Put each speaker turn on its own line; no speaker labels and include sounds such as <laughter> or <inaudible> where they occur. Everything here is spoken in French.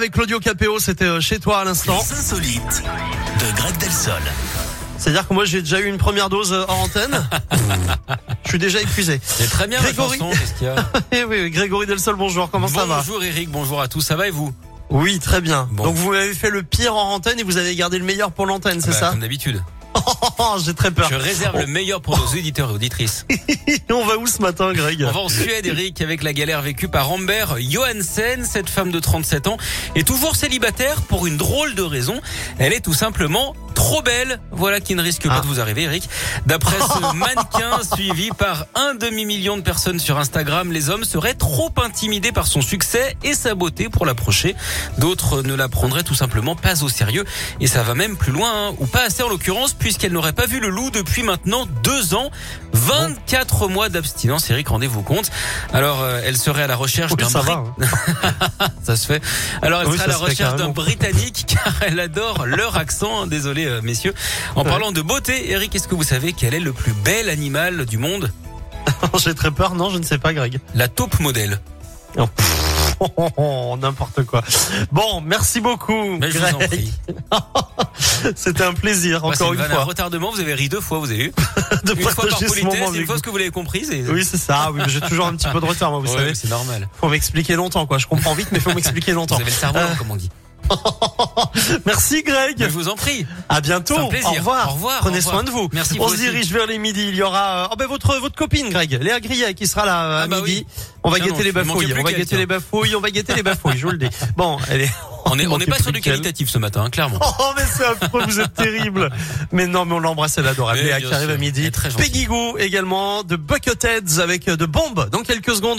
Avec Claudio Capéo, c'était euh, chez toi à l'instant.
Les insolites de Greg Delsol.
C'est-à-dire que moi j'ai déjà eu une première dose euh, en antenne.
<laughs>
Je suis déjà épuisé. <laughs>
C'est très bien,
Grégory.
Grégory. Qu'est-ce qu'il y a
Eh oui, oui, Grégory Delsol, bonjour, <laughs> comment ça va
Bonjour Eric, bonjour à tous. Ça va et vous
Oui, très bien.
Bon.
Donc vous avez fait le pire en antenne et vous avez gardé le meilleur pour l'antenne, c'est
Bah,
ça Oh,
Comme d'habitude.
<laughs> J'ai très peur.
Je réserve le meilleur pour nos auditeurs et auditrices.
Et on va où ce matin, Greg
On va en Suède, Eric, avec la galère vécue par Amber Johansen. Cette femme de 37 ans est toujours célibataire pour une drôle de raison. Elle est tout simplement trop belle. Voilà qui ne risque
Ah.
pas de vous arriver, Eric. D'après ce mannequin suivi par un demi-million de personnes sur Instagram, les hommes seraient trop intimidés par son succès et sa beauté pour l'approcher. D'autres ne la prendraient tout simplement pas au sérieux. Et ça va même plus loin, hein, ou pas assez en l'occurrence, puisqu'elle n'aurait pas vu le loup depuis maintenant deux ans. 24 mois d'abstinence, Eric, rendez-vous compte. Alors, euh, elle serait à la recherche
Oui,
d'un
ça
Brit-
va. hein.
ça se fait. Alors, elle
Oui,
sera
ça
à la
se fait
recherche d'un
carrément.
Britannique <laughs> car elle adore leur accent. Désolé, euh, messieurs. En
Ouais.
parlant de beauté, Eric, est-ce que vous savez quel est le plus bel animal du monde
<laughs> j'ai très peur, non, je ne sais pas, Greg.
La taupe modèle.
<laughs> Oh, oh, oh, N'importe quoi. Bon, merci beaucoup,
Mais je vous en
Greg.
prie.
<laughs> C'était un plaisir,
Bah, c'est
encore une
vanne à
fois,
retardement, vous avez ri deux fois, vous
<laughs>
avez eu.
de
Une fois par
partager ce moment
politesse, une
avec
fois
vous.
parce que vous l'avez comprise. et-
Oui, c'est ça. Ah Oui, mais j'ai toujours un petit peu de retard, moi, vous
Ouais,
savez.
mais c'est normal.
Faut m'expliquer longtemps, quoi. Je comprends vite, mais faut m'expliquer
Vous
longtemps.
avez le cerveau,
Euh,
comme on dit.
<laughs> Merci, Greg.
Mais je vous en prie.
À bientôt.
C'est un plaisir.
Au revoir.
Au revoir,
Prenez
au revoir.
soin de vous.
Merci,
On
vous
se
aussi.
dirige vers les midis. Il y aura euh, oh, ben, votre votre copine Greg, Léa Grillet, qui sera là euh, à
Ah bah
midi. On va
Tiens,
guetter
non,
les
il manquait
bafouilles.
plus
On va
qu'elle,
guetter les
tiens.
bafouilles. On va guetter les bafouilles. Je vous le
<laughs>
dis. Bon, elle est. <laughs>
On est, on
manquait
n'est pas sur
plus
du
qu'elle.
qualitatif ce matin, hein, clairement.
Oh mais c'est affreux, vous êtes terrible. Mais non, mais on l'embrasse, elle adore.
Mais
Léa
bien
qui arrive
sûr,
à midi.
elle est très gentille.
Peggy Goo également de Bucketheads avec euh, de bombes dans quelques secondes.